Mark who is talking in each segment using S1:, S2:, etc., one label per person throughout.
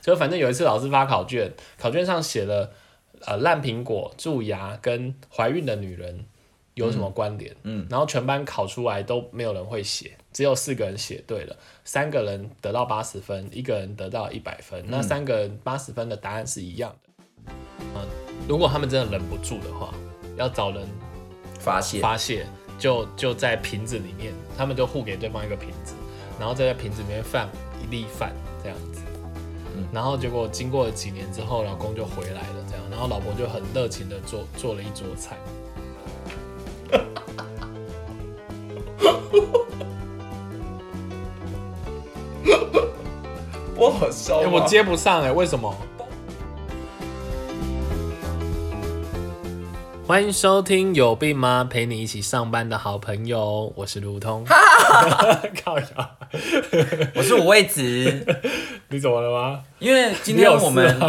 S1: 就反正有一次老师发考卷，考卷上写了呃烂苹果、蛀牙跟怀孕的女人有什么关联、嗯？然后全班考出来都没有人会写，只有四个人写对了，三个人得到八十分，一个人得到一百分，那三个人八十分的答案是一样的。嗯，如果他们真的忍不住的话，要找人
S2: 发泄，
S1: 发泄，就就在瓶子里面，他们就互给对方一个瓶子，然后再在瓶子里面放一粒饭这样子。然后结果经过了几年之后，老公就回来了，这样，然后老婆就很热情的做做了一桌菜。
S2: 我好笑啊
S1: 哎、
S2: 吗
S1: 我接不上哎、为什么？欢迎收听《有病吗？陪你一起上班的好朋友》，我是卢通。 靠呀，
S2: 我是五味子，
S1: 你怎么了吗？
S2: 因为今
S1: 你
S2: 天
S1: 有事啊
S2: 我们、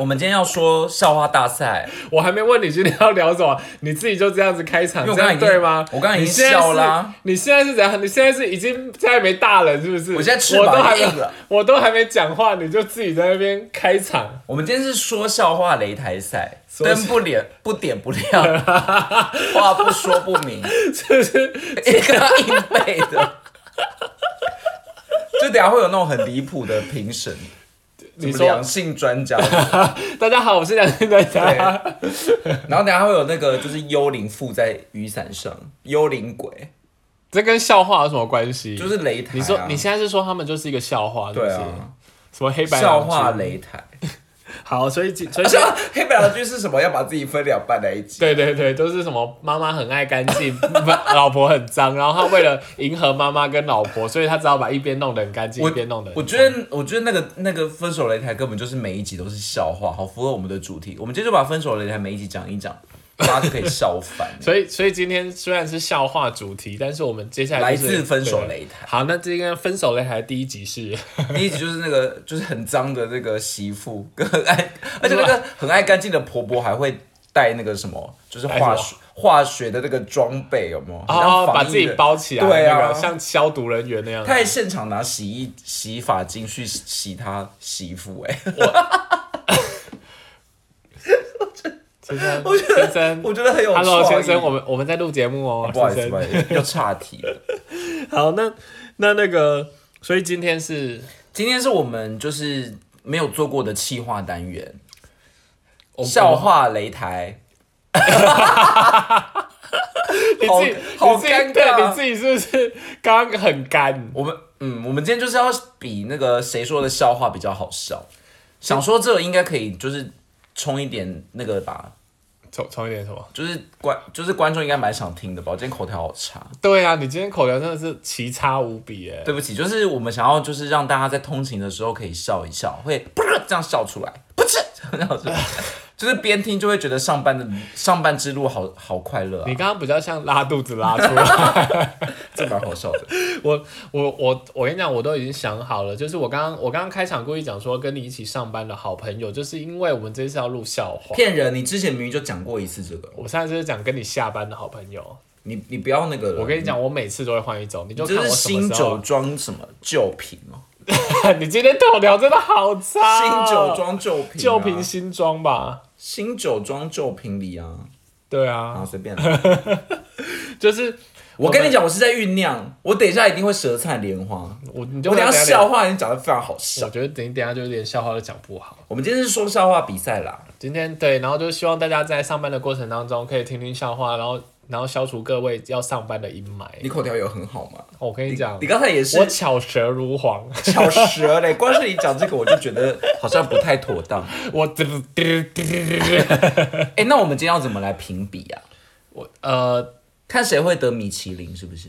S2: 我们今天要说笑话大赛，
S1: 我还没问你今天要聊什么，你自己就这样子开场，
S2: 因为我
S1: 这
S2: 刚才
S1: 样
S2: 已经
S1: 对吗？
S2: 我刚才已
S1: 你
S2: 经
S1: 现在是
S2: 笑啦
S1: 你现在是怎样？你现在是已经现在没大了，是不是？
S2: 我现在翅
S1: 我
S2: 膀
S1: 都还没
S2: 硬了，
S1: 我都还没讲话，你就自己在那边开场。
S2: 我们今天是说笑话擂台赛，
S1: 说
S2: 灯不点不点不亮， 话不说不 明，
S1: 这是
S2: 一个硬背的。就等下会有那种很离谱的评审，
S1: 你
S2: 什么
S1: 说
S2: 两性专家，
S1: 大家好，我是梁天大家。
S2: 然后等下会有那个就是幽灵附在雨伞上，幽灵鬼
S1: 这跟笑话有什么关系？
S2: 就是擂台啊、
S1: 你说你现在是说他们就是一个笑话，
S2: 对
S1: 是不是
S2: 啊，
S1: 什么黑白
S2: 笑
S1: 两句
S2: 话擂台，
S1: 好，所以今 所以
S2: 而且黑白两句是什么？要把自己分两半在一起。
S1: 对对对，都是什么妈妈很爱干净，不老婆很脏，然后他为了迎合妈妈跟老婆，所以他只好把一边弄得很干净，
S2: 我
S1: 一边弄得很
S2: 我觉得，我觉得那个那个分手擂台根本就是每一集都是笑话，好符合我们的主题。我们今天就把分手擂台每一集讲一讲，大家就可以
S1: 。
S2: 笑翻
S1: 所以，所以今天虽然是笑话主题，但是我们接下来、就是、
S2: 来自分手
S1: 对
S2: 擂台
S1: 好，那这个分手擂台第一集是，
S2: 第一集就是那个就是很脏的那个媳妇，跟很爱，而且那个很爱干净的婆婆还会带那个什么，就是化学化学的那个装备，有没有？很像
S1: 哦，
S2: 防
S1: 把
S2: 疫
S1: 自己
S2: 的
S1: 包起来，
S2: 对啊
S1: 那个像消毒人员那样
S2: 他。还现场拿洗衣洗发精去洗他媳妇、哎，
S1: 先生，
S2: 我觉得
S1: 先生
S2: 我觉得很有
S1: ，Hello，
S2: 创
S1: 先
S2: 意
S1: 生，我们我们在录节目哦，
S2: 不好意思，
S1: 先
S2: 不
S1: 生
S2: 好。意思，又岔题了。
S1: 好，那那那个，所以今天是
S2: 今天是我们就是没有做过的气化单元，
S1: 我们
S2: 笑话擂台，
S1: 你
S2: 好
S1: 自己，
S2: 好
S1: 你自己
S2: 尴尬
S1: 对你自己是不是刚刚很干？
S2: 我们嗯，我们今天就是要比那个谁说的笑话比较好笑，想说这个应该可以就是冲一点那个吧，
S1: 重重一点什么？
S2: 就是观就是观众应该蛮想听的吧，我今天口条好差，
S1: 对啊，你今天口条真的是奇差无比哎。
S2: 对不起，就是我们想要就是让大家在通勤的时候可以笑一笑，会 噗这样笑出来，噗嗤这样笑出来， 就是边听就会觉得上班的上班之路好好快乐、啊
S1: 你，刚刚比较像拉肚子拉出 来。
S2: 这蛮好笑的。
S1: 我我我我跟你讲，我都已经想好了，就是我刚刚我刚刚开场故意讲说跟你一起上班的好朋友，就是因为我们这次要录笑话。
S2: 骗人！你之前明明就讲过一次这个，
S1: 我上次就是讲跟你下班的好朋友，
S2: 你你不要那个了。
S1: 我跟你讲，我每次都会换一种，你就
S2: 嗯你
S1: 看
S2: 这
S1: 我
S2: 是
S1: 什么
S2: 新
S1: 时
S2: 酒
S1: 候。啊
S2: 庄什么旧瓶哦，
S1: 你今天口条真的好差、
S2: 新酒庄旧瓶、啊，
S1: 哦旧瓶新装吧？
S2: 新酒庄旧瓶里啊，
S1: 对
S2: 然
S1: 啊，
S2: 后随便 啦。
S1: 就是
S2: 我跟你讲，我是在酝酿，我等一下一定会舌灿莲花。
S1: 我你就
S2: 我等一下
S1: 聊
S2: 笑话已经讲的非常好笑
S1: 我。觉得等一等一下就连笑话都讲不好。
S2: 我们今天是说笑话比赛啦，
S1: 今天对，然后就希望大家在上班的过程当中可以听听笑话，然后然后消除各位要上班的阴霾。
S2: 你口条有很好吗？
S1: 我跟你讲
S2: 你，刚才也是
S1: 我 巧舌如簧，
S2: 巧舌嘞，光是你讲这个我就觉得好像不太妥当。
S1: 我嘟嘟嘟嘟嘟嘟
S2: 哎，那我们今天要怎么来评比啊？
S1: 我呃，
S2: 看谁会得米其林，是不是？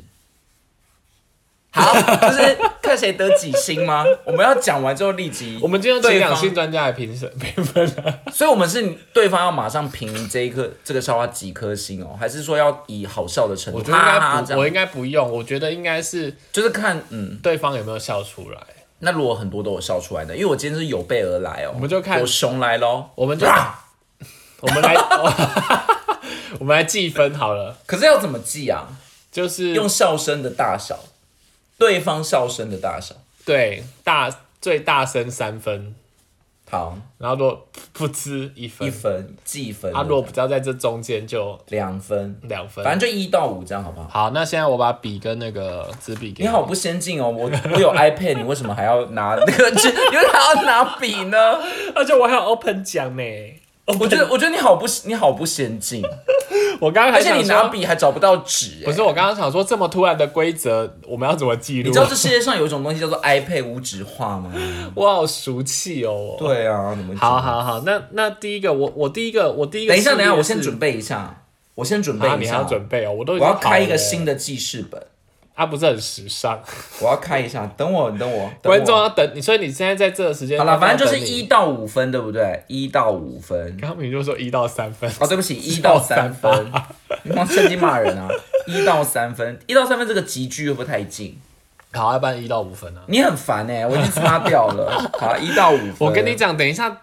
S2: 好，就是看谁得几星吗？我们要讲完之后立即，
S1: 我们今天请
S2: 对
S1: 两
S2: 方
S1: 性专家来评审评分啊。
S2: 所以我们是对方要马上评这一颗这个笑话几颗星哦，还是说要以好笑的程度？
S1: 我觉得应
S2: 哈哈哈
S1: 该
S2: 这
S1: 不，我
S2: 样，
S1: 应该不用，我觉得应该是
S2: 就是看嗯，
S1: 对方有没有笑出来。
S2: 那如果很多都有笑出来的，因为我今天是有备而来哦，我
S1: 们就看
S2: 我熊来喽，
S1: 我们就我们来， 我们来计分好了，
S2: 可是要怎么记啊？
S1: 就是
S2: 用笑声的大小，对方笑声的大小，
S1: 对大最大声三分，
S2: 好，
S1: 然后如果噗嗤一
S2: 一
S1: 分，
S2: 分计分，
S1: 啊，如果不要在这中间就
S2: 两分，
S1: 两分。
S2: 反正就一到五这样好不好？
S1: 好，那现在我把笔跟那个纸笔给
S2: 你好不先进哦，我我有 iPad，你为什么还要拿那个？ 你为什么还要拿 笔呢？
S1: 而且我还有 open 奖呢。
S2: 我觉得我觉得你好不你好不先进，
S1: 我刚刚还
S2: 而且
S1: 想
S2: 你拿
S1: 说，
S2: 笔还找不到纸、
S1: 不
S2: 哎
S1: 是我刚刚想说这么突然的规则，我们要怎么记
S2: 你
S1: 录
S2: 知？道这世界上有一种东西叫做 iPad 无纸 化吗？
S1: 我好俗气哦。
S2: 对啊，怎么讲
S1: 好好好，那那第一个，我我第一个，我第一个
S2: 等一
S1: 系
S2: 下，
S1: 列是，
S2: 等一下，我先准备一下，我先准备
S1: 啊，
S2: 一
S1: 你还
S2: 下，
S1: 要准备哦，我都已
S2: 我
S1: 经
S2: 要开一
S1: 好
S2: 个
S1: 了
S2: 新，的记事本，
S1: 啊，不是很时 尚，
S2: 我要开一下，等我，等我，等我啊
S1: 观众要等你，所以你现在在这个时间，
S2: 好了，反正就是
S1: 观众要等你
S2: 一。到五分，对不对？一到五分。
S1: 刚刚明明就说一到三分，
S2: 哦，对不起，一到三分，你妈趁机骂人啊！一到三分，一到三分这个集距会不会太近？
S1: 好，要不然一到五分啊。
S2: 你很烦哎、我已经擦掉了。好，一到五分。
S1: 我跟你讲，等一下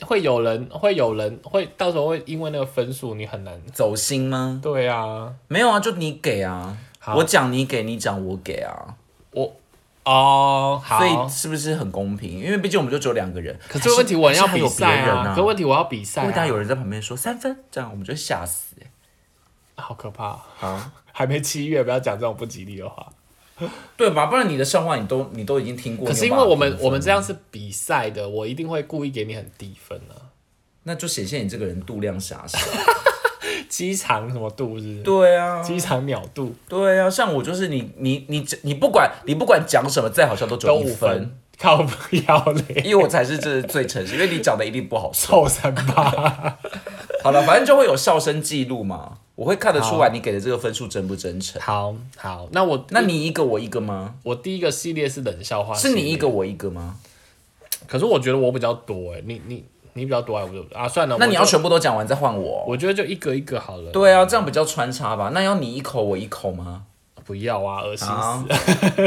S1: 会有人，会有人会到时候会因为那个分数你很难。
S2: 走心吗？
S1: 对啊，
S2: 没有啊，就你给啊，
S1: 好
S2: 我讲你给，你讲我给啊，
S1: 我哦好
S2: 所。以是不是很公平？因为毕竟我们就只有两个人。
S1: 可是问题我
S2: 还
S1: 要
S2: 是还
S1: 比
S2: 有别
S1: 赛
S2: 人
S1: 啊，可问题我要比赛、
S2: 如果大家
S1: 啊，
S2: 有人在旁边说三分，这样我们就会吓死、欸。
S1: 好可怕哦、
S2: 好，
S1: 还没七月，不要讲这种不吉利的话。
S2: 对吧？不然你的笑话你都你都已经听过。
S1: 可是
S2: 你
S1: 因
S2: 有
S1: 为我
S2: 办法
S1: 们
S2: 评分
S1: 我们这样是比赛的，我一定会故意给你很低分啊。
S2: 那就显现你这个人度量狭小。
S1: 机场什么度是不是？
S2: 对啊，
S1: 机场秒度
S2: 对啊，像我就是你你你你不管你不管讲什么再好笑都只
S1: 都
S2: 有一
S1: 五
S2: 分，
S1: 分，靠不要嘞，
S2: 因为我才是这最诚实，因为你讲的一定不好笑。
S1: 臭三八。
S2: 好了，反正就会有笑声记录嘛，我会看得出来你给的这个分数真不真诚。
S1: 好好，那我
S2: 那你一个我一个吗？
S1: 我第一个系列是冷笑话，
S2: 是你一个，我一个吗？
S1: 可是我觉得我比较多哎、你你你比较多哎，我就啊算了，
S2: 那你要
S1: 我就
S2: 全部都讲完再换我。
S1: 我觉得就一个一个好了，
S2: 对啊，这样比较穿插吧。那要你一口我一口吗？
S1: 不要啊，恶心
S2: 好
S1: 死！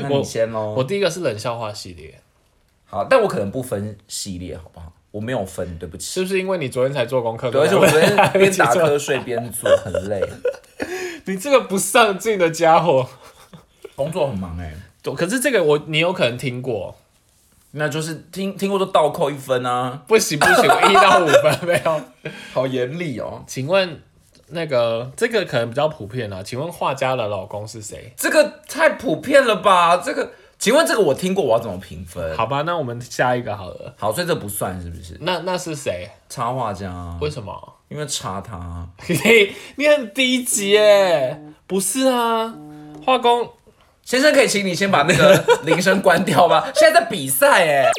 S2: 那你先 喽
S1: 我。第一个是冷笑话系列，
S2: 好，但我可能不分系列，好不好？我没有分，对不起。
S1: 是不是因为你昨天才做功课？
S2: 对，而且我 昨天
S1: 还没
S2: 边
S1: 做
S2: 打瞌睡边做，很累，
S1: 你这个不上进的家伙。
S2: 工作很忙哎、
S1: 对可是这个我你有可能听过，
S2: 那就是听听过就倒扣一分啊，
S1: 不行不行，我一到五分没 有。
S2: 好严厉哦。
S1: 请问那个这个可能比较普遍啊，请问画家的老公是谁？
S2: 这个太普遍了吧？这个，请问这个我听过，我要怎么评分？
S1: 好吧，那我们下一个好了。
S2: 好，所以这不算是不是？
S1: 那那是谁？
S2: 插画家啊，
S1: 为什么？
S2: 因为插他，啊
S1: 你你很低级耶，不是啊？画工
S2: 先生可以请你先把那 个铃声关掉吗？现在在比赛哎、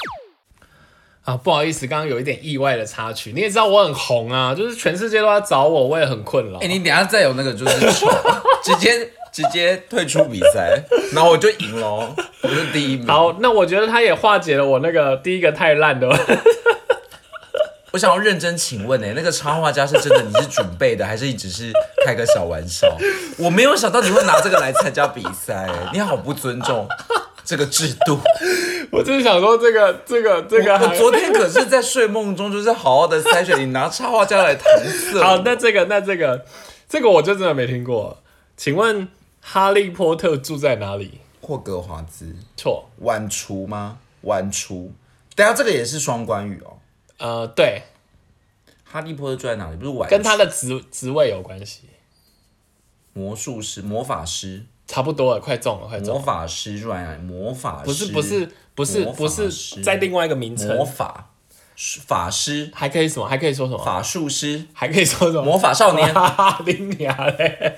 S1: 啊，不好意思，刚刚有一点意外的插曲。你也知道我很红啊，就是全世界都在找我，我也很困扰。
S2: 哎、你等一下再有那个就是 丑，直接直接退出比赛，然后我就赢喽，我是第一名。
S1: 好，那我觉得他也化解了我那个第一个太烂的。
S2: 我想要认真请问欸呢、那个插画家是真的你是准备的，还是你只是开个小玩笑？我没有想到你会拿这个来参加比赛、欸你好不尊重这个制度。
S1: 我就是想说这个这个这个
S2: 我
S1: 还
S2: 昨天可是在睡梦中，就是好好的筛选，你拿插画家来搪塞。
S1: 好，那这个那这个这个我就真的没听过。请问哈利波特住在哪里？
S2: 霍格华兹
S1: 错，
S2: 晚厨吗？晚厨，等一下这个也是双关语哦。
S1: 呃，对，
S2: 哈利波特住在哪里？不是晚
S1: 跟他
S2: 厨
S1: 的职职位有关系，
S2: 魔术师、魔法师、
S1: 差不多了，快中了，快中了
S2: 魔法师住在哪里？魔法师
S1: 不是不是不是
S2: 魔法
S1: 不是
S2: 师
S1: 在另外一个名
S2: 魔
S1: 称，
S2: 法是法师。
S1: 还可以什么？还可以说什么？
S2: 法术师、
S1: 还可以说什么？
S2: 魔法少 年
S1: 哈哈，林娘嘞！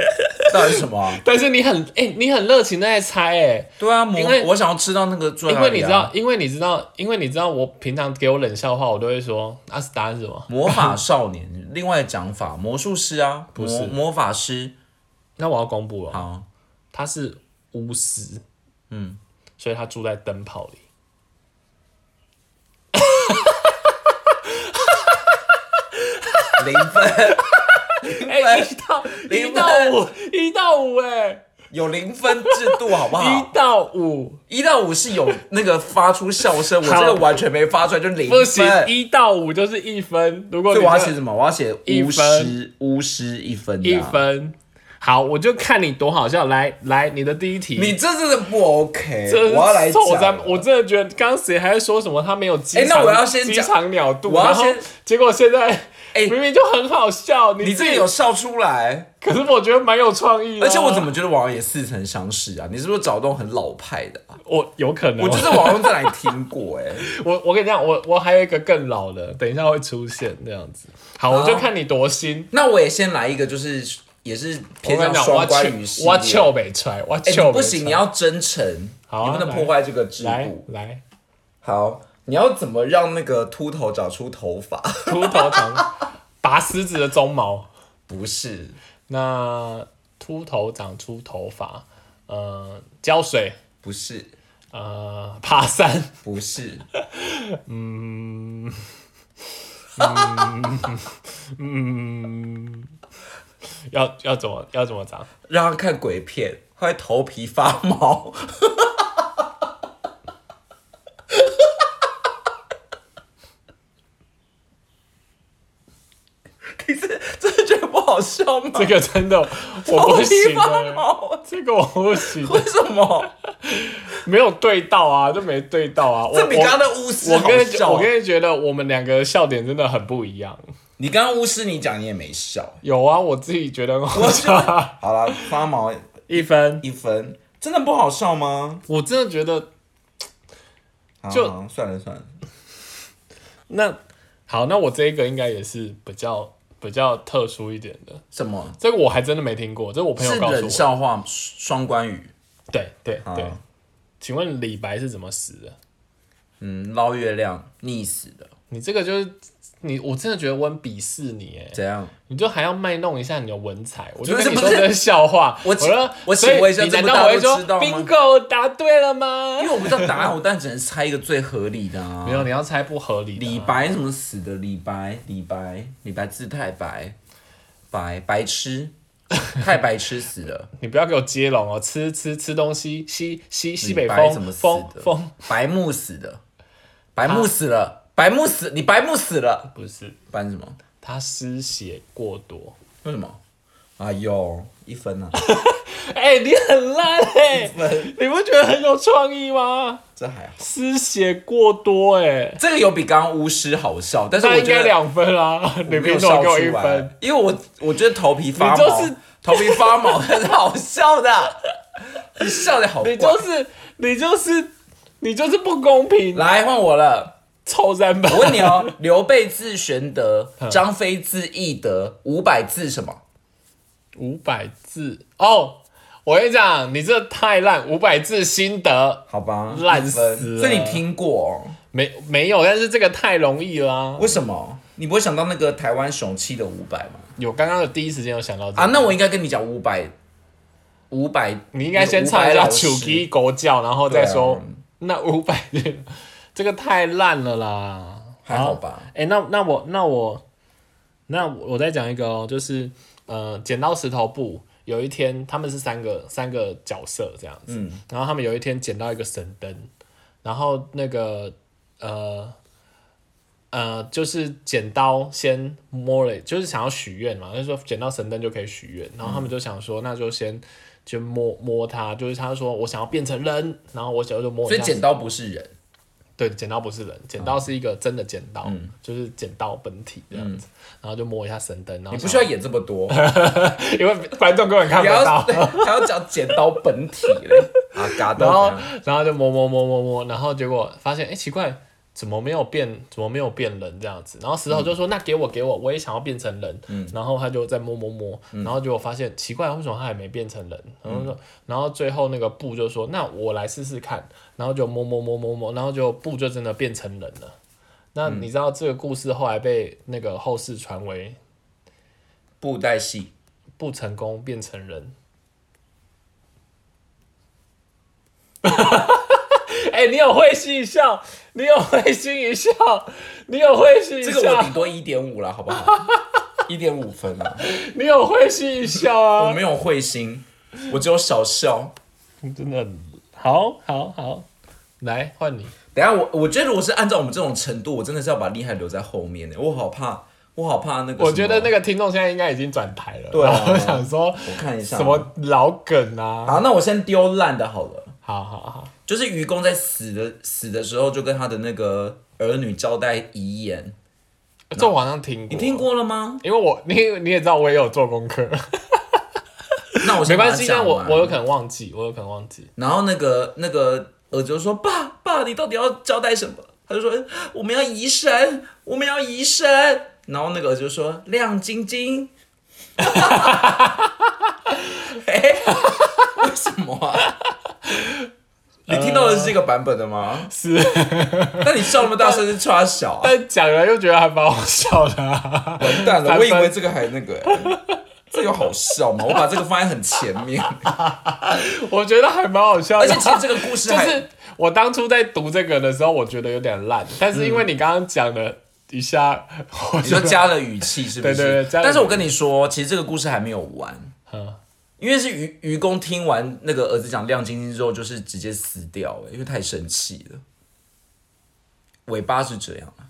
S2: 到底是什么啊、
S1: 但是你很哎、你很热情的在猜哎、
S2: 对啊，魔
S1: 因为
S2: 我想要吃到那个最、啊
S1: 因为你知道，因为你知道，因为你知道，我平常给我冷笑话，我都会说啊，是答案是什么？
S2: 魔法少年，另外的讲法，魔术师啊，不
S1: 是
S2: 魔法师。
S1: 那我要公布了，
S2: 好，
S1: 他是巫师，嗯，所以他住在灯泡里。
S2: 零分
S1: 哎、一到一
S2: 零
S1: 到
S2: 分
S1: 五，一到五、
S2: 有零分制度，好不
S1: 哎，
S2: 好？
S1: 一到五
S2: 一到五是有那个发出笑声，我
S1: 好
S2: 这个完全没发出来，就零
S1: 不行，
S2: 分。
S1: 一到五就是一分。如果
S2: 所
S1: 你
S2: 以我要
S1: 这
S2: 写什么？我要写
S1: 一
S2: 巫
S1: 分
S2: 师，巫师一分、啊，
S1: 一。分，好，我就看你多好笑。来来，你的第一题，
S2: 你这真的不 OK，
S1: 这是
S2: 我要来
S1: 臭
S2: 讲
S1: 三
S2: 了，
S1: 我真的觉得刚刚谁还在说什么他没有机场，
S2: 哎那我要先讲
S1: 机场鸟肚，
S2: 我要
S1: 然后
S2: 先
S1: 结果现在，
S2: 哎
S1: 明明就很好笑，你
S2: 你
S1: 自
S2: 这个
S1: 己
S2: 有，笑出来，
S1: 可是我觉得蛮有创意的啊、
S2: 而且我怎么觉得网友也似曾相识啊？你是不是找那种很老派的啊？
S1: 我有可能，
S2: 我就是网上在哪里听过哎、
S1: 我我跟你讲，我我还有一个更老的，等一下会出现这样子。好，我就看你多新。
S2: 那我也先来一个，就是也是
S1: 我
S2: 偏
S1: 跟
S2: 向
S1: 你讲，
S2: 双
S1: 我
S2: 关语系
S1: 糗
S2: 列。
S1: 我糗北踹，我
S2: 哎、
S1: 糗、
S2: 你不行，你要真诚，
S1: 好啊
S2: 你不能破坏这个制
S1: 来
S2: 度。
S1: 来
S2: 好，你要怎么让那个秃头长出头发？
S1: 秃头长， 拔狮子的鬃毛。
S2: 不是，
S1: 那秃头长出头发，呃，浇水，
S2: 不是，
S1: 呃，爬山，
S2: 不是，
S1: 嗯，要要怎么要怎么 长？
S2: 让他看鬼片，他会头皮发毛。 你是真的觉得不好笑吗？
S1: 这个真的我
S2: 头
S1: 不
S2: 皮
S1: 行、
S2: 发
S1: 欸，
S2: 毛，
S1: 这个我不行，
S2: 哦为什么？
S1: 没有对到啊，就没对到 啊。
S2: 这
S1: 我
S2: 比
S1: 我
S2: 刚刚的巫师
S1: 我
S2: 好
S1: 跟
S2: 笑。
S1: 我跟你觉得我们两个笑点真的很不一样。
S2: 你刚刚巫师你讲你也没笑。
S1: 有啊， 我自己觉 得很好笑。
S2: 好了，发毛
S1: 一分，
S2: 一分，真的不好笑吗？
S1: 我真的觉得
S2: 好
S1: 就
S2: 好算了算了，
S1: 那好，那我这一个应该也是比较比较特殊一点的。
S2: 什么？
S1: 这个我还真的没听过，这我朋友
S2: 是
S1: 告诉
S2: 冷
S1: 我。
S2: 笑话双关语。
S1: 对对
S2: 好
S1: 对，请问李白是怎么死的？
S2: 嗯，捞月亮溺死的，
S1: 你这个就是你，我真的觉得我很鄙视你哎，
S2: 怎样？
S1: 你就还要卖弄一下你的文采，我就
S2: 不是
S1: 跟你说
S2: 不是
S1: 这是笑话。
S2: 我请
S1: 说，
S2: 我
S1: 所以
S2: 请问一下
S1: 你难
S2: 这么大
S1: 道我会
S2: 家
S1: 说
S2: 都知道吗
S1: bingo 答对了吗
S2: 因？为我不知道答案，我当然只能猜一个最合理的啊
S1: 没。有，你要猜不合理的啊。
S2: 李白怎么死的？李白，李白，李白字太白，白白痴，太白痴死了。
S1: 你不要给我接龙哦，吃吃吃东西，西西西北
S2: 李白
S1: 风
S2: 怎么死
S1: 风
S2: 的？
S1: 风，啊
S2: 白木死的，白木死了，白木死，你白木死了，
S1: 不是
S2: 白什么？
S1: 他失血过多。
S2: 为什么？哎呦，一分啊，
S1: 哎、你很烂 哎、
S2: 分，
S1: 你不觉得很有创意吗？
S2: 这还好。
S1: 失血过多哎、
S2: 这个有比刚刚巫师好笑，但是
S1: 那
S2: 我
S1: 应
S2: 觉
S1: 该
S2: 得
S1: 两分啦，你
S2: 我没有
S1: 凭什
S2: 笑
S1: 么给
S2: 出
S1: 我一分？
S2: 来，因为我我觉得头皮发毛，
S1: 你就是
S2: 头皮发毛很好笑的，你笑的好怪。
S1: 你就是你就是你就是不公平，
S2: 来换我了，
S1: 臭三八
S2: 我！问你哦，刘备字玄德，
S1: 嗯
S2: 张飞字翼德，五百字什么？
S1: 五百字哦，我跟你讲，你这太烂，五百字心得
S2: 好吧，
S1: 烂
S2: 一
S1: 死
S2: 分。
S1: 了
S2: 所以你听过、哦？
S1: 没没有，但是这个太容易啦、
S2: 为什么？你不会想到那个台湾雄七的五百吗？
S1: 有刚刚的第一时间有想到这个
S2: 啊，那我应该跟你讲五百，五百，
S1: 你应该先唱一
S2: 500
S1: 下
S2: 老
S1: 《
S2: 师
S1: 楚鸡狗叫》，然后再说、
S2: 对啊
S1: 那五百字， 这个太烂了啦。
S2: 还好吧？
S1: 哎、那那我那我那我再讲一个哦，就是呃，剪刀石头布。有一天，他们是三个三个角色这样子，
S2: 嗯
S1: 然后他们有一天捡到一个神灯，然后那个呃呃，就是剪刀先摸了，就是想要许愿嘛，就是说剪刀神灯就可以许愿，然后
S2: 嗯
S1: 他们就想说，那就先就摸摸它，就是他说我想要变成人，然后我想要就摸一
S2: 所
S1: 下，
S2: 以剪刀不是人，
S1: 对，剪刀不是人，
S2: 嗯
S1: 剪刀是一个真的剪刀，就是剪刀本体这样子，然后就摸一下神灯，然后
S2: 嗯你不
S1: 想
S2: 需要演这么 多，
S1: 因为观众根本看
S2: 你
S1: 不
S2: 要
S1: 到，
S2: 对还要讲剪刀本体嘞， 啊，嘎
S1: 然后
S2: 到
S1: 然后就摸摸摸摸摸，然后结果发现哎、诶奇怪，怎么没有变，怎么没有变人这样子？然后石头就说、那给我给我，我也想要变成人。然后他就再摸摸摸，然后结果发现奇怪，为什么他还没变成人？然后说，然后最后那个布就说那我来试试看，然后就摸摸摸摸摸，然后就布就真的变成人了。那你知道这个故事后来被那个后世传为
S2: 布袋戏，
S1: 不成功变成 人。哎、你有会心一笑，你有会心一笑，你有会心一
S2: 这
S1: 笑，
S2: 个我顶多一点五了，好 不好？一点五分了，
S1: 你有会心一笑
S2: 我
S1: 啊！
S2: 没有会心，我只有小笑。
S1: 你真的很好，好，好，来换你。
S2: 等一下我我觉得如果是按照我们这种程度，我真的是要把厉害留在后面的，我好怕。我好怕那个。
S1: 我觉得那，个听众现在应该已经转台了，
S2: 对啊
S1: 然后想说
S2: 我看一下
S1: 什么老梗啊，
S2: 好，那我先丢烂的好了。
S1: 好好好，
S2: 就是愚公在死的死的时候，就跟他的那个儿女交代遗言，
S1: 这我好像听过，
S2: 你听？过了吗？
S1: 因为我你你也知道，我也有做功课，
S2: 那我
S1: 没
S2: 先
S1: 关系，
S2: 把它
S1: 但
S2: 讲
S1: 我
S2: 完
S1: 我有可能忘记，我有可能忘记。
S2: 然后那个那个儿子就说：“爸爸，你到底要交代什么？”他就说：“我们要移神，我们要移神。”然后那个儿子就说：“亮晶晶。” 哎、为什么 啊？你听到的是这个版本的吗？
S1: 是，
S2: 那你笑那么大声是抓小啊？
S1: 但讲了又觉得还蛮好笑的、啊。
S2: 完蛋 了，
S1: 三
S2: 我
S1: 分
S2: 以为这个还那个、欸，这个好笑嘛？我把这个放在很前面，
S1: 我觉得还蛮好笑的。 啊
S2: 而且 其实这个故事
S1: 就
S2: 还、
S1: 是我当初在读这个的时候，我觉得有点烂，但是因为你刚刚讲了一下，我
S2: 你
S1: 觉
S2: 说
S1: 得
S2: 加了语气是不是？
S1: 对对对加了
S2: 但是我跟你说，其实这个故事还没有完，
S1: 嗯
S2: 因为是愚愚公听完那个儿子讲亮晶晶之后，就是直接死掉了，因为太生气了。尾巴是这样啊，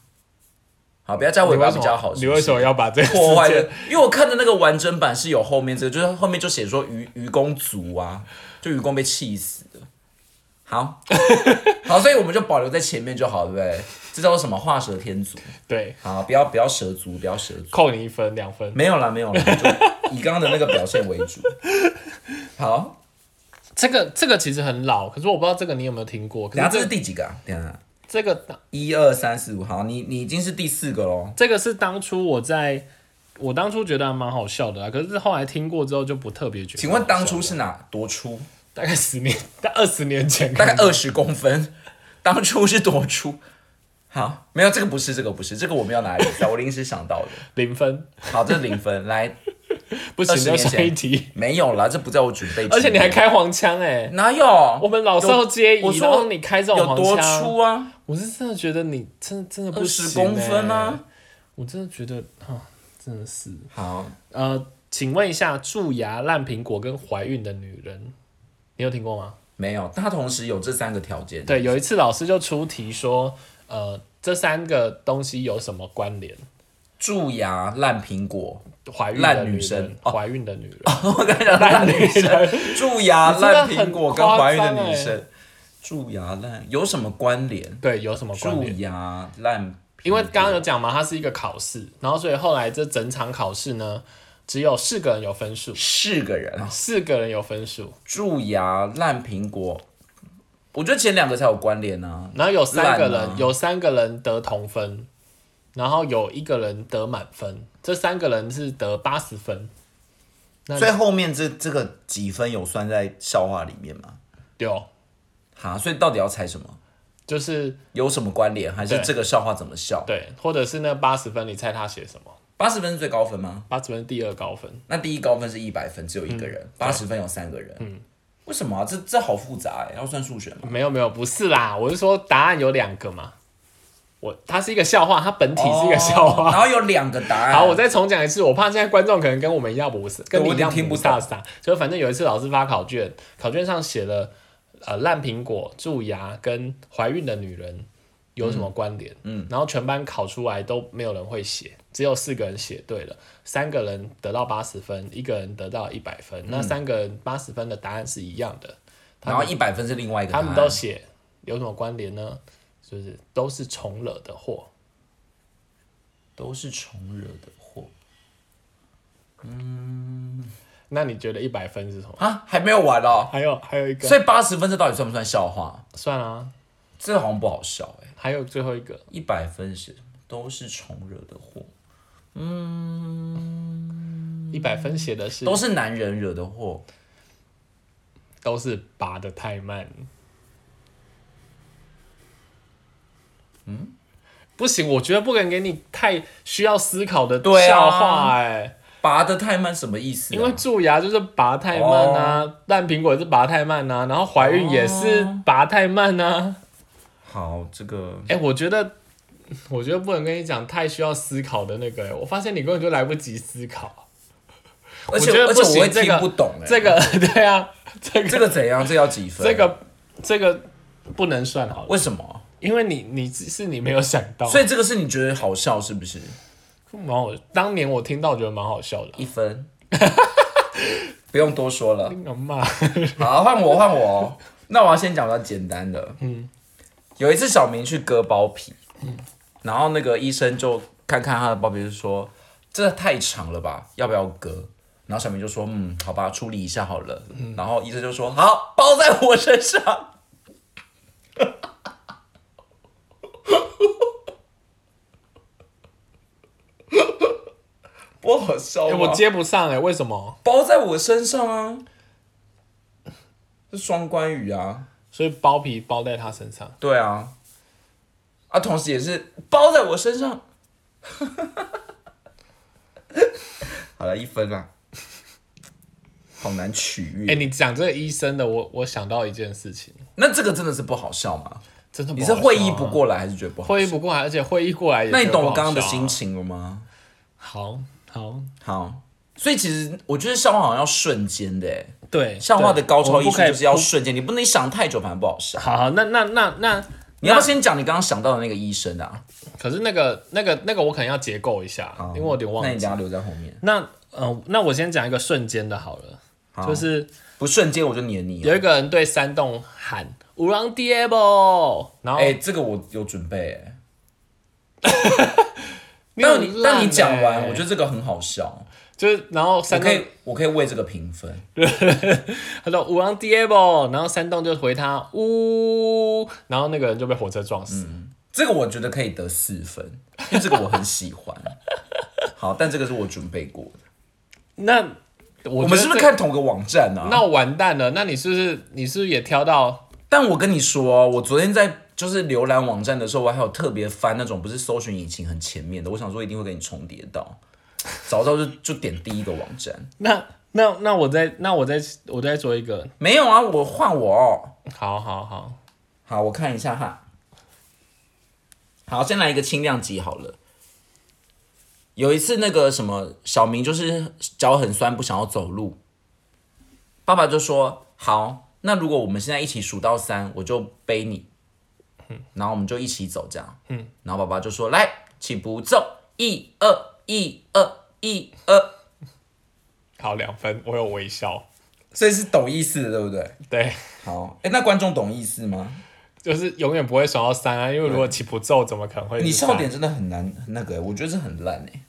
S2: 好，不要加尾
S1: 你为
S2: 巴
S1: 什
S2: 比
S1: 么
S2: 较好。
S1: 你为什么
S2: 要
S1: 要把这个
S2: 破坏
S1: 事
S2: 的
S1: 件？
S2: 因为我看的那个完整版是有后面这个，就是后面就写说愚愚公族啊，就愚公被气死了。 好，好，所以我们就保留在前面就好，对不对？这叫做什么画蛇添足？
S1: 对
S2: 好，不要不要蛇足，不要蛇足。
S1: 扣你一分两分？
S2: 没有啦，没有啦，就以刚刚的那个表现为主。好，
S1: 这个这个其实很老，可是我不知道这个你有没有听过。可
S2: 等下
S1: 是这
S2: 这是第几个啊？等下
S1: 这个
S2: 一二三四五，好，你你已经是第四个喽。
S1: 这个是当初我在我当初觉得还蛮好笑的啊，可是后来听过之后就不特别觉得。
S2: 请问当初是哪多粗？
S1: 大概十年、大二十年前，
S2: 大概二十公分，当初是多粗？好，没有这个不是，这个不是，这个我们要拿来比赛，我临时想到的。
S1: 零分，
S2: 好，这是零分，来，
S1: 不行，
S2: 20
S1: 要
S2: 年前
S1: 下一题。
S2: 没有啦，这不在我准备之内。
S1: 而且你还开黄腔哎、
S2: 哪有？我
S1: 我们老少皆宜，
S2: 我说
S1: 然后你开这种
S2: 有
S1: 黄
S2: 多
S1: 腔，
S2: 粗啊？
S1: 我是真的觉得你真的真的不
S2: 二
S1: 行、
S2: 十
S1: 欸、
S2: 公分啊！！
S1: 我真的觉得啊，真的是
S2: 好，
S1: 呃，请问一下，蛀牙、烂苹果跟怀孕的女人，你有听过吗？
S2: 没有，它同时有这三个条件。
S1: 对，有一次老师就出题说，呃，这三个东西有什么关联？
S2: 蛀牙、烂苹果，
S1: 怀孕的
S2: 烂
S1: 女哦
S2: 女
S1: 人
S2: 生
S1: 怀孕的女人，
S2: 我跟你讲，烂女生，蛀牙、
S1: 你真的
S2: 烂
S1: 很
S2: 苹果跟怀孕的女
S1: 夸张欸
S2: 生，蛀牙烂有什么关联？
S1: 对，有什么关
S2: 蛀
S1: 联？
S2: 牙烂，
S1: 因为刚刚有讲嘛，它是一个考试，然后所以后来这整场考试呢，只有四个人有分数，
S2: 四个人啊，
S1: 四个人有分数，
S2: 蛀牙、烂苹果，我觉得前两个才有关联啊。
S1: 然后有三个
S2: 烂
S1: 人，
S2: 啊
S1: 有三个人得同分，然后有一个人得满分，这三个人是得八十分，
S3: 所以后面这这个几分有算在笑话里面吗？
S1: 有
S2: 哈，所以到底要猜什么？
S1: 就是
S2: 有什么关联？还是
S1: 对
S2: 这个笑话怎么笑？
S1: 对，或者是那八十分，你猜他写什么？
S2: 八十分是最高分吗？
S1: 八十分是第二高分，
S2: 那第一高分是一百分，只有一个
S1: 嗯
S2: 人；八十、分有三个人。嗯，为什么啊？这这好复杂哎、要算数学吗？
S1: 没有没有，不是啦，我是说答案有两个嘛，我它是一个笑话，它本体是
S2: 哦
S1: 一个笑话。
S2: 然后有两个答案。
S1: 好，我再重讲一次，我怕现在观众可能跟我们一样不是，跟你一
S2: 对
S1: 样
S2: 我已经听不懂
S1: 傻傻。就反正有一次老师发考卷，考卷上写了呃烂苹果、蛀牙跟怀孕的女人有什么关联、嗯？然后全班考出来都没有人会写，只有四个人写对了，三个人得到八十分，一个人得到一百分，
S2: 嗯
S1: 那三个人八十分的答案是一样的，
S2: 然后一百分是另外一个答
S1: 他
S2: 案。
S1: 们都写有什么关联呢？就是都是重惹的祸。
S2: 都是重惹的祸
S1: 那你觉得一百分是什么？
S2: 啊，还没有完哦。
S1: 还有还有一个，
S2: 所以八十分这到底算不算笑话？
S1: 算了、啊。
S2: 这好像不好笑哎、
S1: 还有最后一个，
S2: 一百分是都是重惹的祸，
S1: 一百分写的是
S2: 嗯都是男人惹的祸。
S1: 都是拔的太慢。嗯，
S2: 嗯
S1: 不行，我觉得不能给你太需要思考的
S2: 对啊啊
S1: 笑话哎、
S2: 拔得太慢什么意思、啊？
S1: 因为蛀牙就是拔太慢
S2: 哦
S1: 啊，烂苹果也是拔太慢啊，然后怀孕也是拔太慢啊。
S2: 好，这个
S1: 哎、我觉得，我觉得不能跟你讲太需要思考的那个、欸，我发现你根本就来不及思考。
S2: 而且
S1: 我觉得
S2: 而且
S1: 不
S2: 我
S1: 行，
S2: 会
S1: 这
S2: 听
S1: 个
S2: 不懂哎、
S1: 这个 对啊，这个
S2: 这个怎样？这要几分？
S1: 这个这个不能算好了，
S2: 为什么？
S1: 因为你你是你没有想到，
S2: 所以这个是你觉得好笑是不是？
S1: 蛮好。当年我听到觉得蛮好笑的啊，
S2: 一 分，
S3: 不用多说了。
S1: 你敢 骂？
S2: 好，
S3: 换我，换我哦。那我要先讲比较简单的。嗯，
S2: 有一次小明去割包皮，然后那个医生就看看他的包皮，就说这太长了吧，要不要割？然后小明就说嗯，好吧，处理一下好了。
S1: 嗯
S2: 然后医生就说好，包在我身上。 不好笑
S1: 欸
S2: 吗？
S1: 我接不上哎、为什么？
S2: 包在我身上啊，是双关语啊，
S1: 所以包皮包在他身上，
S2: 对啊，啊，同时也是包在我身上，
S3: 好了，一分
S2: 啊
S3: 啦。好难取悦。
S1: 哎、你讲这个医生的，我我想到一件事情，
S2: 那这个真的是不好笑吗？
S1: 真的不
S2: 你
S1: 好
S2: 是
S1: 笑啊
S2: 会意不，过来，还是觉得不好？
S1: 会意不过来，而且会意过来也、
S2: 那你懂我刚刚的心？情了吗？
S1: 啊好好，
S2: 好，所以其实我觉得笑话好像要瞬间的，哎，
S1: 对，
S2: 笑话的高
S1: 我
S2: 超
S1: 们
S2: 艺
S1: 不
S2: 术
S1: 可以
S2: 就是要
S1: 不
S2: 瞬间，你不能想太久，反而不好笑。
S1: 好好，那那那那，
S2: 你要不要先讲你刚刚想到的那个医生啊，
S1: 可是那个那个那个，我可能要结构一下，因为我有点忘
S2: 那你
S1: 记
S2: 等一。下留在后面，
S1: 那呃，那我先讲一个瞬间的好了，就是
S2: 不瞬间我就黏你了。
S1: 有一个人对山洞喊“五郎 d i a b o 然后、
S2: 哎、这个我有准备哎。
S1: 你
S2: 但
S1: 很
S2: 你
S1: 烂
S2: 但你讲完，
S1: 欸
S2: 我觉得这个很好笑，
S1: 就是，然后
S2: 我
S1: 山
S2: 可
S1: 洞
S2: 以我可以为这个评分。
S1: 他说五郎 d i a b o 然后山洞就回他呜，然后那个人就被火车撞死。
S2: 这个我觉得可以得四分，因为这个我很喜 欢。好，但这个是我准备过的。
S1: 那我
S2: 我
S1: 我
S2: 们是不是？看同个网站啊？
S1: 那完蛋了，那你是不是你是不是也挑到？
S2: 但我跟你说哦，我昨天在就是浏览网站的时候，我还有特别翻那种不是搜寻引擎很前面的，我想说一定会跟你重叠到，早知道就就点第一个网站。
S1: 那那那我再那我再我再做一个，
S2: 没有啊，我换我哦。
S1: 好好好，
S2: 好，我看一下哈。好，先来一个轻量级好了。有一次，那个什么小明就是脚很酸，不想要走路。爸爸就说：“好，那如果我们现在一起数到三，我就背你。”然后我们就一起走，这样。嗯。然后爸爸就说：“来，起步走，一二一二一二。
S1: 好两分，我有微笑，”
S2: 所以是懂意思的，对不对？
S1: 对，
S2: 好，哎，那观众懂意思吗？
S1: 就是永远不会爽到三啊，因为如果起不奏，怎么可能会？
S2: 你笑点，真的很难，很那个欸我觉得这很烂哎，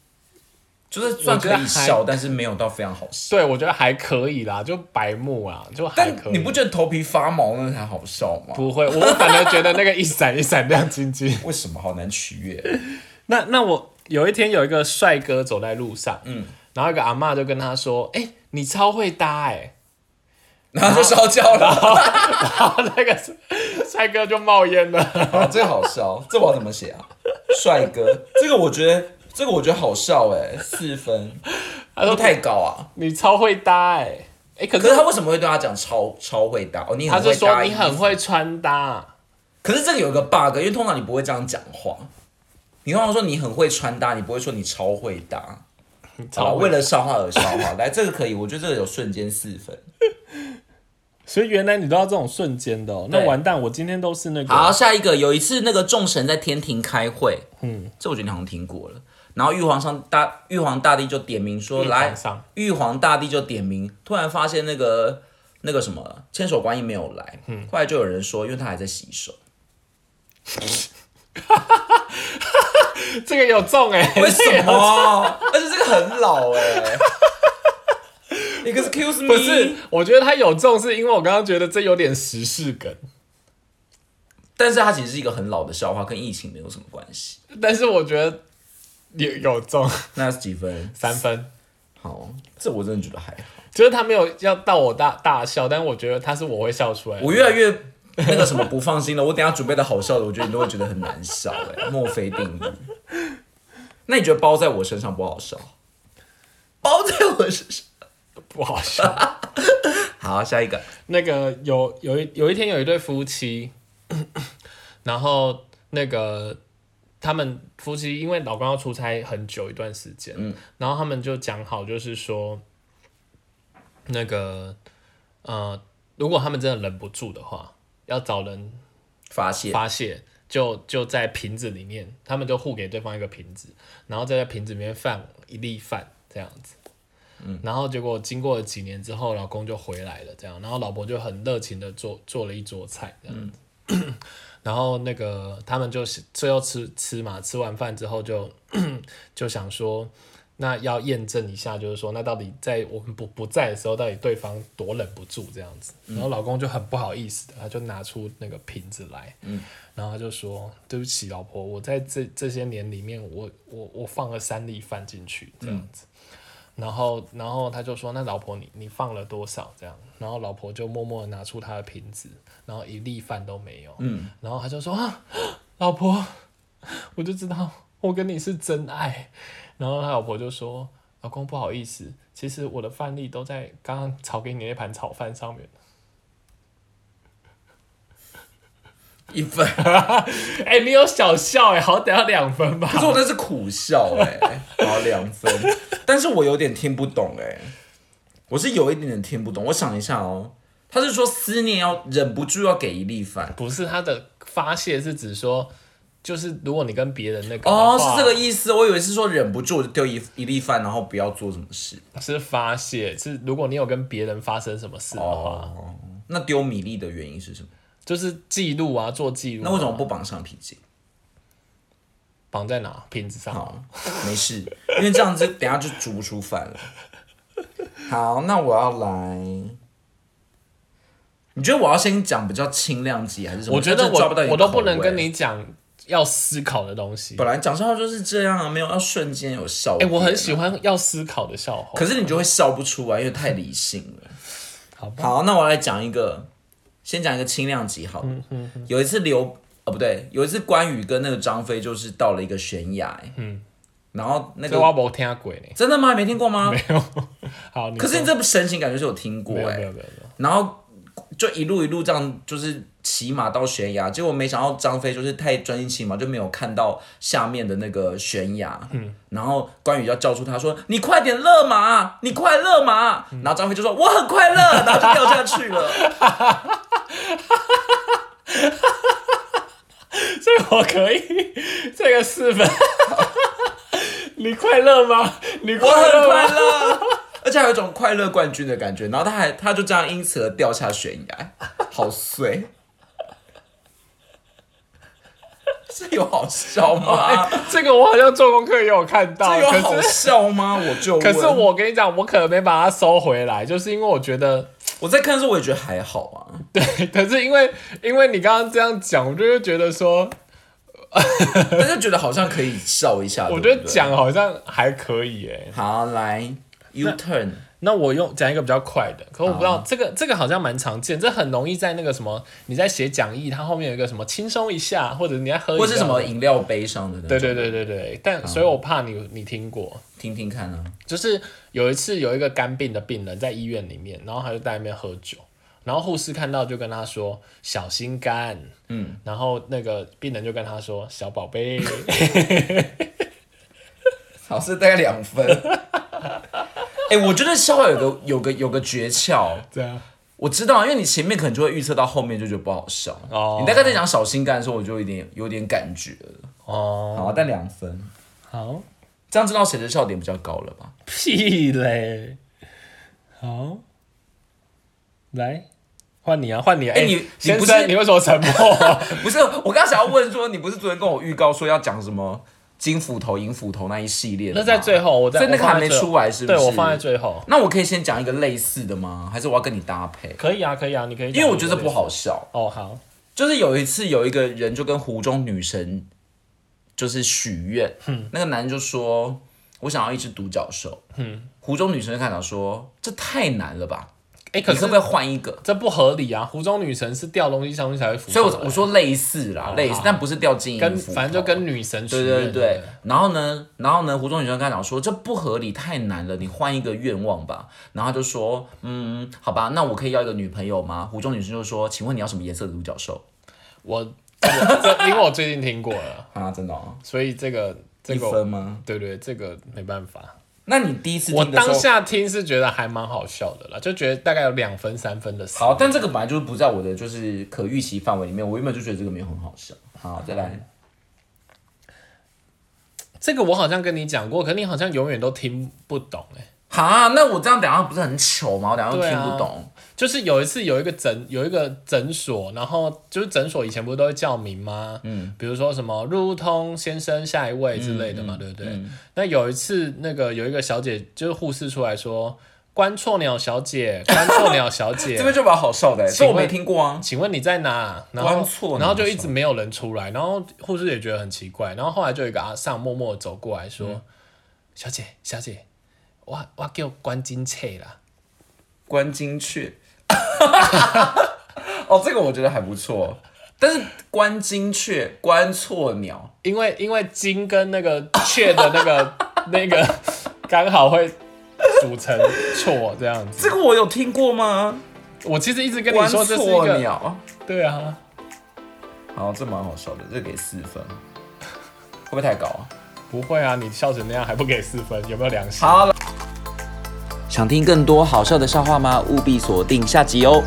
S2: 就是算
S1: 我觉
S2: 可
S1: 得
S2: 以
S1: 还
S2: 笑，但是没有到非常好笑。
S1: 对我觉得还可以啦，就白目啊，就还
S2: 但
S1: 可以。
S2: 你不觉得头皮发毛那才好笑吗？
S1: 不会，我反而觉得那个一闪一闪亮晶晶。
S2: 为什么好难取 悦？
S1: 那那我有一天有一个帅哥走在路上，嗯，然后一个阿嬷就跟他说：“哎、你超会搭哎、
S2: 然后就烧焦了，
S1: 然后那个帅哥就冒烟 了。
S2: 好啊这个好笑，这我要怎么写啊？帅哥，这个我觉得，这个我觉得好笑哎，四分，他说太高啊。
S1: 你超会搭哎、欸，哎、可
S2: 可
S1: 是
S2: 是他为什么会对他讲超超会搭？哦，你
S1: 他
S2: 很
S1: 是
S2: 会搭
S1: 说你
S2: 衣
S1: 很
S2: 服
S1: 会穿搭，
S2: 可是这个有一个 bug，因为通常你不会这样讲话，你通常说你很会穿搭，你不会说你超会搭。
S1: 你
S2: 好了，
S1: 超
S2: 为
S1: 会。
S2: 了笑话而笑话， 来这个可以，我觉得这个有瞬间四分。
S1: 所以原来你都要这种瞬间的、哦，
S2: 对
S1: 那完蛋，我今天都是那个。
S2: 好，下一个有一次那个众神在天庭开会，嗯，这我觉得你好像听过了。然后玉皇上大玉皇大帝就点名说
S1: 玉皇
S2: 来
S1: 上，
S2: 玉皇大帝就点名，突然发现那个那个什么千手观音没有来，嗯，后来就有人说，因为他还在洗 手，
S1: 这个有中哎、欸，
S2: 为什么？ 而且这个很老哎、Excuse me，
S1: 不是，我觉得他有中，是因为我刚刚觉得这有点时事梗，
S2: 但是它其实是一个很老的笑话，跟疫情没有什么关系。
S1: 但是我觉得有有中
S2: 那是几分？
S1: 三分，
S2: 好，这我真的觉得还好。
S1: 就是他没有要到我大大笑，但我觉得他是我会笑出来的。
S2: 我越来越那个什么不放心了。我等一下准备的好笑的，我觉得你都会觉得很难笑哎、 墨菲定律。那你觉得包在我身上不好笑？包在我身上。
S1: 不好笑。
S2: 好，下一个。
S1: 那个有有一有一天有一对夫妻， 然后那个他们夫妻因为老公要出差很久一段时间，然后他们就讲好，就是说那个呃，如果他们真的忍不住的话，要找人
S2: 发现
S1: 发泄，就就在瓶子里面，他们就互给对方一个瓶子，然后再在瓶子里面放一粒饭这样子。然后结果经过了几年之后，老公就回来了，这样，然后老婆就很热情的做做了一桌菜，这样子。 然后那个他们就是最后吃吃嘛，吃完饭之后就就想说，那要验证一下，就是说，那到底在我们不不在的时候，到底对方多忍不住这样子。然后老公就很不好意思的，他就拿出那个瓶子来，然后他就说：“对不起，老婆，我在这这些年里面，我我我放了三粒饭进去这样子。”然后，然后他就说：“那老婆你，你放了多少？”这样，然后老婆就默默的拿出她的瓶子，然后一粒饭都没有。嗯，然后他就说：“啊，老婆，我就知道我跟你是真爱。”然后他老婆就说：“老公，不好意思，其实我的饭粒都在刚刚炒给你那盘炒饭上面。
S2: 一分，
S1: 哎、你有小笑哎、好歹要两分吧
S2: 可？是我那是苦笑哎、
S3: 然后两分，
S2: 但是我有点听欸
S3: 听不懂哎、
S2: 我是有一点点听不懂，我想一下哦，他是说思念要忍不住要给一粒饭，
S1: 不是他的发泄是指说，就是如果你跟别人那个
S2: 哦，
S1: 的话
S2: 是这个意思，我以为是说忍不住我就丢一一粒饭，然后不要做什么事。
S1: 是发泄，是如果你有跟别人发生什么事的话，
S2: 哦，那丢米粒的原因是什么？
S1: 嗯就是记录啊，做记录啊、
S2: 那为什么不绑橡皮筋？
S1: 绑在哪瓶子上？
S2: 好，没事，因为这样子等一下就煮不出饭了。好，那我要来。你觉得我要先讲比较轻量级还是什么？
S1: 我觉得
S2: 这抓不到
S1: 我
S2: 你
S1: 我
S2: 的
S1: 都
S2: 口
S1: 不
S2: 味
S1: 能跟。你讲要思考的东西。
S2: 本来讲笑话就是这样啊，没有要瞬间有笑。
S1: 哎、我很喜，欢要思考的笑话。
S2: 可是你就会笑不出来，因为太理性了。
S1: 好吧，
S2: 好，那我来讲一个，先讲一个轻量级好了。
S1: 嗯
S2: 有一次刘呃不对，有一次关羽跟那个张飞就是到了一个悬崖，嗯，然后那
S1: 这
S2: 个
S1: 我没听过呢。
S2: 真的吗？没听过吗？
S1: 没有， 好，
S2: 可是你
S1: 这
S2: 这神情感觉是有听过
S1: 没有
S2: 哎、
S1: 没有没有没有，
S2: 然后就一路一路这样，就是骑马到悬崖，结果没想到张飞就是太专心骑马，就没有看到下面的那个悬崖。嗯，然后关羽要叫住他说：“你快点勒马，啊你快勒马。啊然后张飞就说：“我很快乐。”然后就掉下去了。
S1: 这个我可以，这个四分。 你快乐吗？你
S2: 我
S1: 快
S2: 很
S1: 乐
S2: 快
S1: 吗？
S2: 乐， 而且还有一种快乐冠军的感觉。然后他还他就这样因此而掉下悬崖，好 碎。是有好笑吗？
S1: 这个我好像做功课也有看到，
S2: 这有好欸
S1: 可是
S2: 笑吗？我就问
S1: 可是我跟你讲，我可能没把它收回来，就是因为我觉得
S2: 我在看的时候我也觉得还好啊，
S1: 对，可是因为因为你刚刚这样讲，我就会觉得说，
S2: 但是觉得好像可以笑一下。
S1: 我
S2: 对
S1: 觉
S2: 不
S1: 得
S2: 对
S1: 讲好像还可以欸诶。
S2: 好来 U turn
S1: 那我用讲一个比较快的，可我不知
S2: 哦
S1: 道这个这个好像蛮常见，这很容易在那个什么，你在写讲义，它后面有一个什么轻松一下，或者你在喝饮料
S2: 或是什么饮哦料杯上的那种，
S1: 对对对对对，但所以我怕你你听过，
S2: 听听看啊。
S1: 就是有一次有一个肝病的病人在医院里面，然后他就在那边喝酒，然后护士看到就跟他说小心肝，嗯，然后那个病人就跟他说小宝 贝，
S2: 好，是大概两分。 哎、我觉得笑话有个有个有个诀窍，
S1: 这样
S2: 我知道，因为你前面可能就会预测到后面就觉得不好笑。
S1: 哦
S2: 你大概在讲小心肝的时候，我就有点有点感觉了。
S1: 哦，
S2: 好，但两分，
S1: 好
S2: 这样知道谁的笑点比较高了吧？
S1: 屁嘞，好，来换你啊，换你、啊，
S2: 哎
S1: 哎
S2: 你
S1: 先
S2: 你不
S1: 生
S2: 是
S1: 你为什么沉 默？
S2: 不是，我刚想要问说，你不是昨天跟我预告说要讲什么金斧头、银斧头那一系列
S1: 那
S2: 的吗
S1: 在最，后，我在
S2: 所以那个
S1: 我放
S2: 还没
S1: 在最后
S2: 出来是不是
S1: 对，我放在最后，
S2: 那我可以先讲一个类似的吗？还是我要跟你搭配？
S1: 可以啊，可以啊，你可以，
S2: 因为我觉得不。好笑。
S1: 哦，好，
S2: 就是有一次有一个人就跟湖中女神就是许愿，那个男人就说：“我想要一只独角兽。”湖中女神就看到说：“这太难了吧？
S1: 哎、可
S2: 你
S1: 是
S2: 可不可以换一个
S1: 这不合理啊！湖中女神是掉东西上去才会浮？”
S2: 所
S1: 上
S2: 以
S1: 来，
S2: 我，我说类似啦，类似，但不是掉金银
S1: 跟
S2: 斧头
S1: 反正就跟女神
S2: 对对对对。然后呢，然后呢，湖中女神就跟他讲说：“这不合理，太难了，你换一个愿望吧。”然后他就说：“嗯，好吧，那我可以要一个女朋友吗？”湖中女神就说：“请问你要什么颜色的独角兽
S1: 我我这因为我最近听过了，？”
S2: 啊，真的、哦，
S1: 所以这个这
S2: 一
S1: 个
S2: 分吗？
S1: 对对，这个没办法。
S2: 那你第一次
S1: 我
S2: 听的时
S1: 当
S2: 候，
S1: 下听是觉得还蛮好笑的啦，就觉得大概有两分三分的死。
S4: 好，但这个本来就是不在我的就是可预期范围里面，我原本就觉得这个没有很好笑。
S2: 嗯
S4: 好，再来，
S1: 这个我好像跟你讲过，可你好像永远都听不懂哎、
S4: 哈，那我这样等一下不是很糗吗？我等一下又
S1: 对
S4: 听
S1: 啊
S4: 不懂。
S1: 就是有一次有一个诊有一个诊所，然后就是诊所以前不是都会叫名吗？嗯，比如说什么入通先生下一位之类的
S2: 嗯
S1: 嘛，对不对？那有一次那个有一个小姐就是护士出来说关错鸟小姐，关错鸟小 姐，
S2: 这边就蛮好笑的、欸，
S1: 请
S2: 这
S1: 问
S2: 我没听过啊。
S1: 请问你在哪？然
S2: 关
S1: 后
S2: 错
S1: 然后
S2: 哪
S1: 就一直没有人出来，然后护士也觉得很奇怪，然后后来就有一个阿上默默地走过来说：“
S2: 嗯
S1: 小姐，小姐，我我叫关金翠啦。
S2: 关金雀， 哦，这个我觉得还不错。但是关金雀、关错鸟，”
S1: 因为因为金跟那个雀的那 个那个刚好会组成错这样子。
S2: 这个我有听过吗？
S1: 我其实一直跟
S2: 关
S1: 你说这是一
S2: 错
S1: 个
S2: 鸟，
S1: 对啊，
S2: 好，这蛮好笑的，这个给四分，会不会太高啊？
S1: 不会啊，你笑成那样还不给四分，有没有良心？
S2: 好，
S4: 想听更多好笑的笑话吗？务必锁定下集哦。